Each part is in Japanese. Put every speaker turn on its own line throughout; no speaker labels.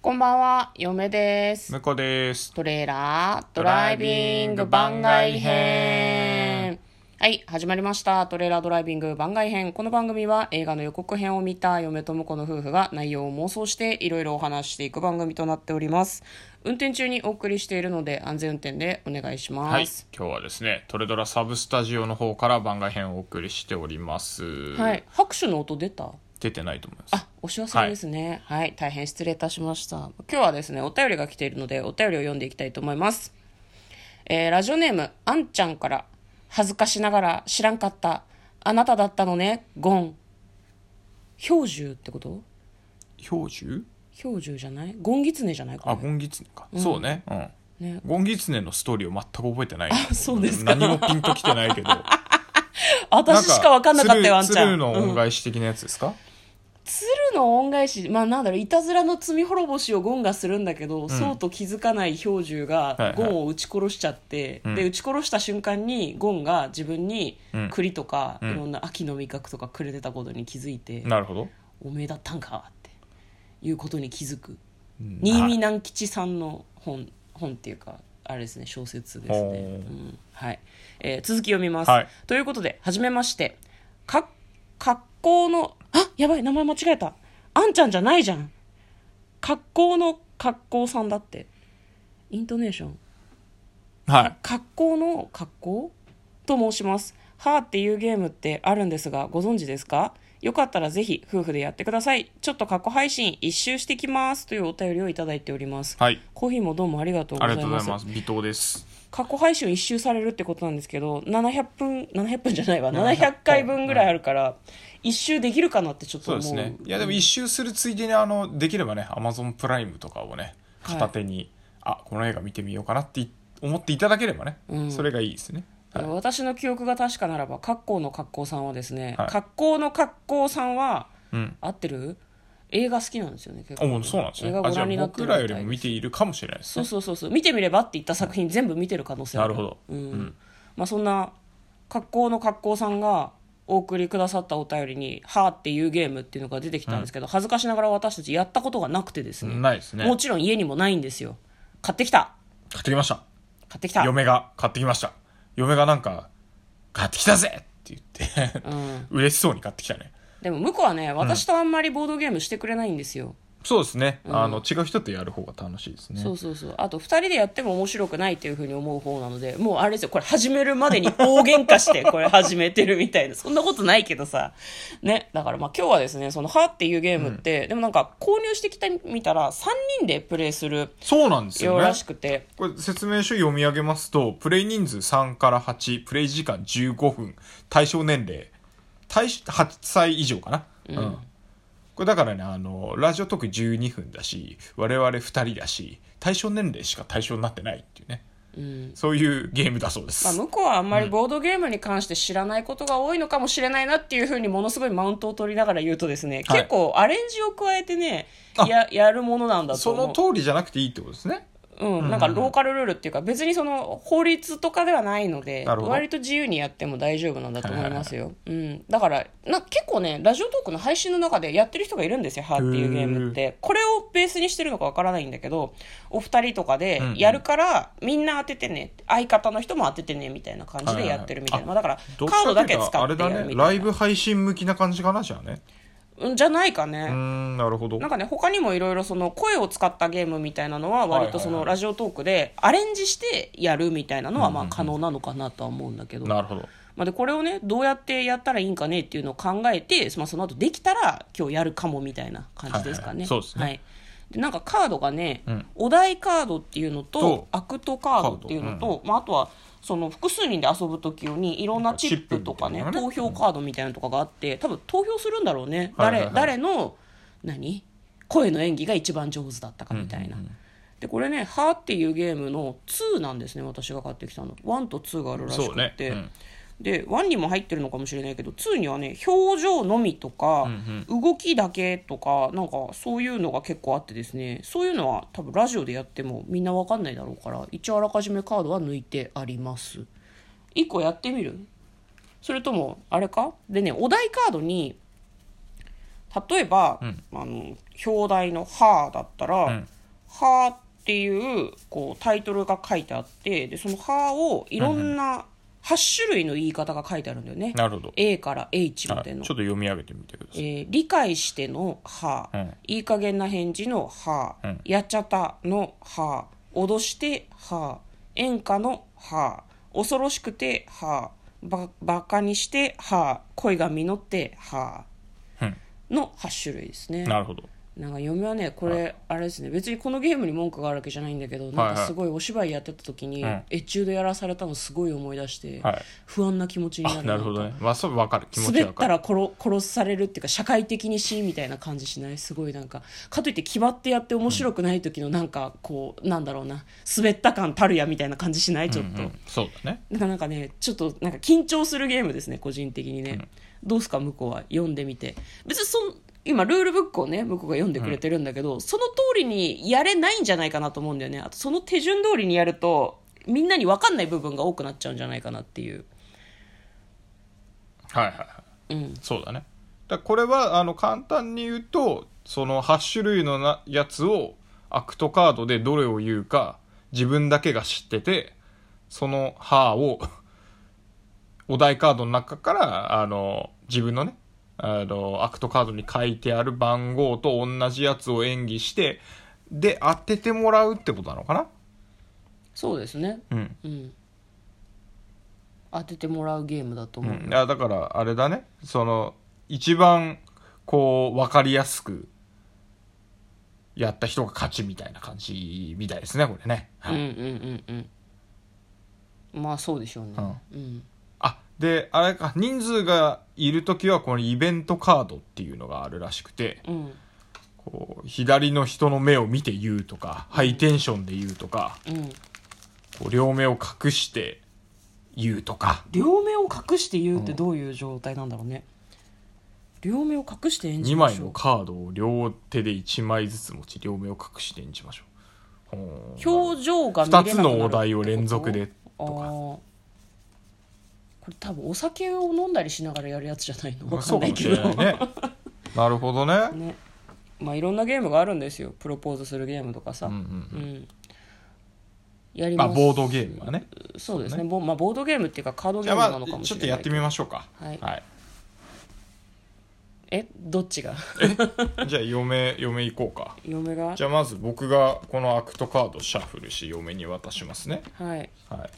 こんばんは、嫁です。
向こです。
トレーラードライビング番外編。はい、始まりました。トレーラードライビング番外編。この番組は映画の予告編を見た嫁と婿の夫婦が内容を妄想していろいろお話ししていく番組となっております。運転中にお送りしているので安全運転でお願いしま
はい、
す。
今日はですね、トレドラサブスタジオの方から番外編をお送りしております。
はい、拍手の音出た
出てないと思います。
お知らせですね。はい、大変失礼いたしました。今日はですね、お便りが来ているので、お便りを読んでいきたいと思います。えーラジオネーム、あんちゃんから、恥ずかしながら知らんかった。あなただったのね、ゴン。氷柱ってこと
氷柱
氷柱じゃないゴンギツネじゃないこ
あ、
れ
ゴンギツネか、そうね。うん。
ね
ゴンギツネのストーリーを全く覚えてない。
あそうですか
何もピンときてないけど。
私しか分かんなかったよ、あんちゃん。
鶴の
うん
恩返し的なやつですか、
鶴の恩返し、まあなんだろう、いたずらの罪滅ぼしをゴンがするんだけど、そうと気づかない氷柱
いは
が
い
ゴンを撃ち殺しちゃって、
ん
で、撃ち殺した瞬間にゴンが自分に
うん
栗とか、
ん
いろんな秋の味覚とかくれてたことに気づいて、
なるほど。
おめえだったんかっていうことに気づく。
うん
新見
はい
南吉さんの本、本っていうか、あれですね、小説ですね。
ほ
う
うん
はい。えー続き読みます。
はい
ということで、はじめまして。か、格好の、あ、やばい、名前間違えた。あんちゃんじゃないじゃん。格好の格好さんだって。イントネーション。
はい。
格好の格好と申します。はーっていうゲームってあるんですが、ご存知ですかよかったらぜひ夫婦でやってください。ちょっと過去配信一周してきますというお便りをいただいております。
はい。
コーヒーもどうもありがとうご
あ
ざ
り
い
がとうご
ま
ざい
す
ま。す。微糖です。
過去配信一周されるってことなんですけど700分700分じゃないわ700回分ぐらいあるから一周できるかなってちょっと
そ
思
うで
う
すね。いや、でも一周するついでに、あの、できればね、アマゾンプライムとかをね、
はい
片手に、あ、この映画見てみようかなってい思っていただければね、
うん
それがいいですね。はい
私の記憶が確かならば格好の格好さんはですね、
はい
格好の格好さんは
うん。
合ってる映画好きなんですよね結構
おそうなんです
映
ね
画。
あ、
ご
じゃあ
覧になって
僕
る
らよりも見ているかもしれないです
そう
ね。
そうそうそう見てみればって言った作品全部見てる可能性ある
なるほど
うん
うん
まあ、そんな格好の格好さんがお送りくださったお便りに「はーっていうゲームっていうのが出てきたんですけど、恥ずかしながら私たちやったことがなくてですね
ないですね。
もちろん家にもないんですよ買ってきた
買ってきました。
買ってきた、うん、
嫁が買ってきました。嫁がなんか、買ってきたぜって言って、嬉しそうに買ってきたね。
でも向こうはね私とあんまりボードゲームしてくれないんですよ、
そうですね。あの、違う人とやる方が楽しいですね。
そうそうそうあと2人でやっても面白くないっていうふうに思う方なのでもうあれですよこれ始めるまでに大喧嘩 してこれ始めてるみたいなそんなことないけどさねだからまあ今日はですねその「は」っていうゲームって、でもなんか購入してきてみたら3人でプレイする
そうなんです
よ
よ
う
ね
らし。くて
これ説明書読み上げますと、プレイ人数3から8、プレイ時間15分、対象年齢、対象8歳以上かな。うん。これだからね、あの、ラジオトーク12分だし、我々2人だし、対象年齢しか対象になってないっていうね。そういうゲームだそうで
まあ、
す。
向こうはあんまりボードゲームに関して知らないことが多いのかもしれないなっていうふうにものすごいマウントを取りながら言うとですね、
はい
結構アレンジを加えてね
あ
ややるものなんだと
そ
思
の
う
通りじゃなくていいってことですね。
うん、なんかローカルルールっていうか別にその法律とかではないので
なるほど
割と自由にやっても大丈夫なんだと思いますよ、うん、だからな結構ねラジオトークの配信の中でやってる人がいるんですよ「は」っていうゲームってこれをベースにしてるのかわからないんだけどお二人とかで
うんうん
やるからみんな当ててね相方の人も当ててねみたいな感じでやってるみたいな、まあ、だからカードだけ使
あ
っ
れ
て
だ
やる
ね、
みた
ラ
い
イ
な
ブ配信向きな感じかな、じゃあね。
うんじゃないか
う
ね
ーん、なるほど。
なんかね他にもいろいろその声を使ったゲームみたいなのは割とそのラジオトークでアレンジしてやるみたいなのはまあ可能なのかなとは思うんだけど、
なるほど。
まあ、でこれをねどうやってやったらいいんかねっていうのを考えて、まあ、その後できたら今日やるかもみたいな感じですかね。
はいはいそうですね
はいでなんかカードがね、
うん
お題カードっていうのと
と
アクトカードっていうの
カー
と、まあ、あとはその複数人で遊ぶ時用にいろんなチップとかね
チップみたい
投
なね
票カードみたいなのとかがあって多分投票するんだろうね、
はいはいはい
誰誰の何声の演技が一番上手だったかみたいな。でこれね「は」っていうゲームの2なんですね私が買ってきたの1と2があるらし
そう
く
ね。
て、
うん
で1にも入ってるのかもしれないけど2にはね表情のみとか、動きだけとかなんかそういうのが結構あってですねそういうのは多分ラジオでやってもみんなわかんないだろうから一応あらかじめカードは抜いてあります1個やってみるそれともあれかでねお題カードに例えば、あの表題の「は」だったら、
ん
はーっていうこうタイトルが書いてあってでそのはーをいろんな8種類の言い方が書いてあるんだよね。
なるほど
A から H ま
はいち
で
ょっ
の
と。読み上げてみてください、
えー理解しての「は」
うん
いい加減な返事の「は」
うん
やっちゃったの「は」脅して「は」演歌の「は」恐ろしくて「は」ばバカにして「は」恋が実って「は」の8種類ですね
うん、なるほど
なんか嫁はねこれあれですね別にこのゲームに文句があるわけじゃないんだけどなんかすごいお芝居やってた時に
うん
エチュードやらされたのすごい思い出して
はい
不安な気持ちにな
あ
る
な
な
るほ
と
どねまあそう分かる気持ち
滑
は
っ
分か
た
る
ら殺殺されるっていうか社会的に死みたいな感じしないすごいなんかかといって決まってやって面白くない時のなんかこう、なんだろうな滑った感たるやみたいな感じしないちょっと、
うんうんそうだね
なんかなんかねちょっとなんか緊張するゲームですね個人的にね、どうすか向こうは読んでみて別にそん今ルールブックをね向こうが読んでくれてるんだけど、その通りにやれないんじゃないかなと思うんだよねあとその手順通りにやるとみんなに分かんない部分が多くなっちゃうんじゃないかなっていう
はいはいはい
うん
そうだねだからこれはあの簡単に言うとその8種類のなやつをアクトカードでどれを言うか自分だけが知っててその「は」をお題カードの中からあの自分のねあのアクトカードに書いてある番号と同じやつを演技してで当ててもらうってことなのかな
そうですね
うん、
うん、当ててもらうゲームだと
う
思う、
ん、いやだからあれだねその一番こう分かりやすくやった人が勝ちみたいな感じみたいですねこれね、
う
は
ん、
い
うんうんうんまあそうでしょうねうん、
あであれか人数がいる時はこのイベントカードっていうのがあるらしくて
うん
こう左の人の目を見て言うとかハイテンションで言うとか
うん
こう両目を隠して言うとか
両目を隠して言うってどういう状態なんだろうね、両目を隠して演じ
2
ま
枚
しょ
の
う
カードを両手で1枚ずつ持ち両目を隠して演じましょうほー
表情が見れな
2
くなる
つのお題を連続で
ああ
とか
ーこれ多分お酒を飲んだりしながらやるやつじゃないの
まあ
わかんないけど
そうかもしれないね なるほどね、
ね まあいろんなゲームがあるんですよプロポーズするゲームとかさ、
うんうん
う
うん
んやり
ま
ま
あ、
す、
ボードゲームはね
そうですねぼまあ、ボードゲームっていうかカード
じ
ゲー
ゃあ
ム
ま
なのか
あ
も
ち
し
ょっ
れな
と
い
やってみましょうか
はい
はい、
えどっちが
じゃあ嫁嫁行こうか
嫁が
じゃあまず僕がこのアクトカードシャッフルし嫁に渡しますね、
はい
はい、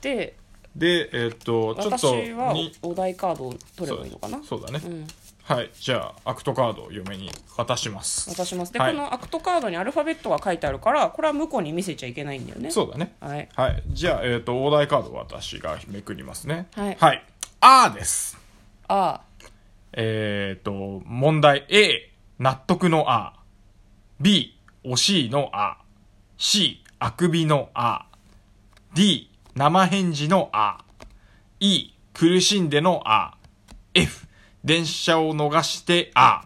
で
でえーっとちょっ
私
と
は
に
おお題カードを取ればいいのかな
そうそうだね、
ん
はいじゃあアクトカードを嫁に渡します
渡しますで、
はい
このアクトカードにアルファベットが書いてあるからこれは向こうに見せちゃいけないんだよね
そうだね
はい
はいじゃあ、えーっとお題カードを私がめくりますね
はい
はい、あーです
あ
えー、と、問題 A、納得の A。B、惜しいの A。C、あくびの A。D、生返事の A。E、苦しんでの A。F、電車を逃して A。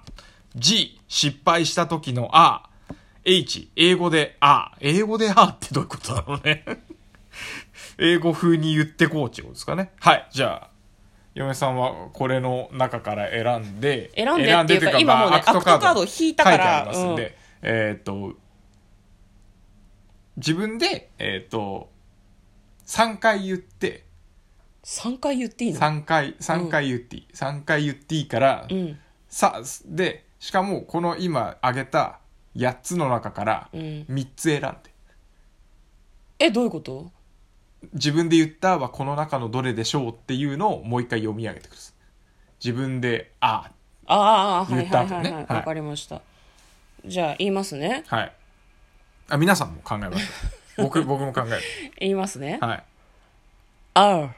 G、失敗した時の A。H、英語で A。英語で A ってどういうことだろうね。 英語風に言ってこうってことですかね。はい、じゃあ。嫁さんはこれの中から選んで
選んでっていうか今もうねアクトカードを引いたから
書いてありますんで、えーっと自分でえーっと3回言って
3回言っていいの
3回三回言っていい、3回言っていいから、
うん
さでしかもこの今挙げた8つの中から
うん
3つ選んで
えどういうこと
自分で言ったはこの中のどれでしょうっていうのをもう一回読み上げてください自分で「あ
ああーはい
言
は
った
い
後
はい
ね
はいわ、
はい
かりましたじゃあ言いますね
あ」はいあ皆さんも考えまし ょう僕僕も考える
言いますね
はい。
あ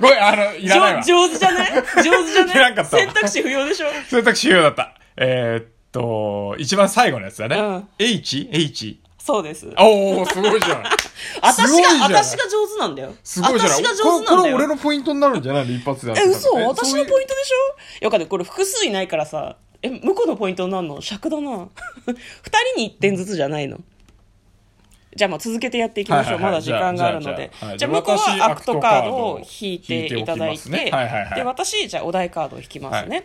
ごめん、あの、いらない
あ
わ。
上手じゃない上 手じゃ
いら
ない
なかったわ
選択肢不要でしょ
選択肢用だった。えーっと、一番最後のやつだね。
うん
H? H?
そうです
おー、すごいじゃん。
私
すごいじゃ
が、
ん
私が上手なんだよ。
すごいじゃない
私が上手なんだ
これこれ俺
よ。
のポイントになるんじゃないの一発で当
え、
てたら
嘘
え
私
そう
の
いう
ポイントでしょよかった、これ複数いないからさ。え、向こうのポイントなんの尺だな。 二人に一点ずつじゃないの。じゃあまあ続けてやっていきましょう。
はいは
ま
いはい
だ時間があるので
じゃあじゃあは。い
じゃあ向こう
私
はアクトカード
アクトカードを
を引いていただ
引いてお
い
きますね
て
はいはいはい、
で、私、じゃあお題カードを引きますね。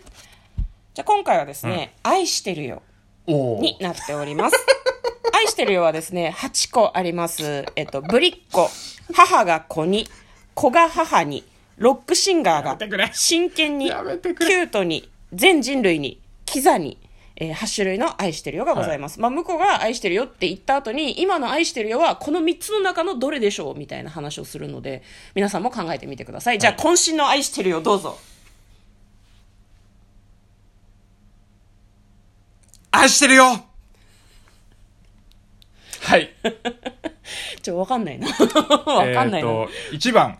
じゃあ今回はですね、愛してるよ。
お
になっております。愛してるよはですね、8個あります。えっと、ぶりっ子、母が子に、子が母に、ロックシンガ
やめてく
ー
れ
が真剣に、キ
やめ
ュ
てくれ
ートに、全人類に、キザに、えー8種類の愛してるよがございます。まあ、向こうが愛してるよって言った後に、今の愛してるよはこの3つの中のどれでしょうみたいな話をするので、皆さんも考えてみてください。じゃあ、渾身の愛してるよどう ぞ。
愛してるよはい。
ち ょ、わかんないな。わかんないな。
えーと、1番、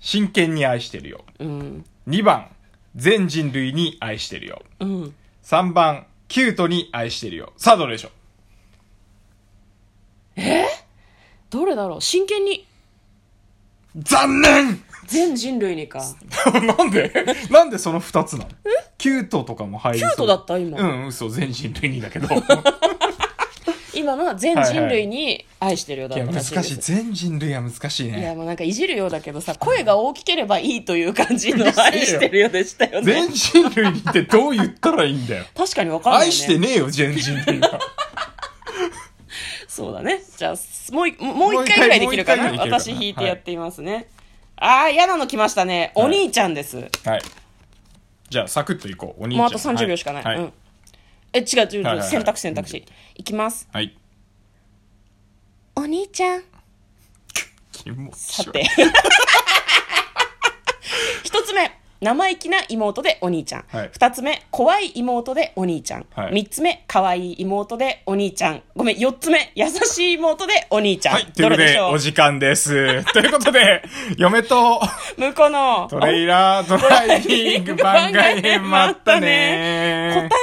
真剣に愛してるよ。
うん。
2番、全人類に愛してるよ。
うん。
3番、キュートに愛してるよ。さあ、どれでしょう
どれだろう真剣に
残念
全人類にか
なんでなんでその2つなのキュートとかも入りそう
キュートだった今
うん、嘘、全人類にだけど。
今のは全人類に愛してるようだ
いや、
った
難
らし
し
いで
い。
す
全人類は難しい
いや
ね。
もうなんかいじるようだけどさ声が大きければいいという感じの愛してるようでした よね
全人類にってどう言ったらいい んだよ。
確かにわかんない、ね、
愛してねえよ、全人類は。
そうだねじゃあもういもう一回ぐらいできるかな
もう一回ぐらい
私
できるかな
弾いてやっていますね、ああ嫌なの来ましたね
はい
お兄ちゃんです、
はい。じゃあ、サクッといこう。お兄ちゃん。
もうあと30秒しかない、
はい。
う
は
ん
い、
え違う違う違う、
はいはいはい
選択肢選択肢いきます
はい。
お兄ちゃん
気持ち
さ
悪い
て。 一つ目、生意気な妹でお兄ちゃん。
はい
二つ目、怖い妹でお兄ちゃん。
はい
三つ目、可愛い妹でお兄ちゃん。ごめん、四つ目、優しい妹でお兄ちゃん。
はい。という
ど
こ
れ
と
でし
で、
ょ
お
う
時 間です。ということで、嫁と
向こうの。
トレイラードライビング番外編、まったねー
答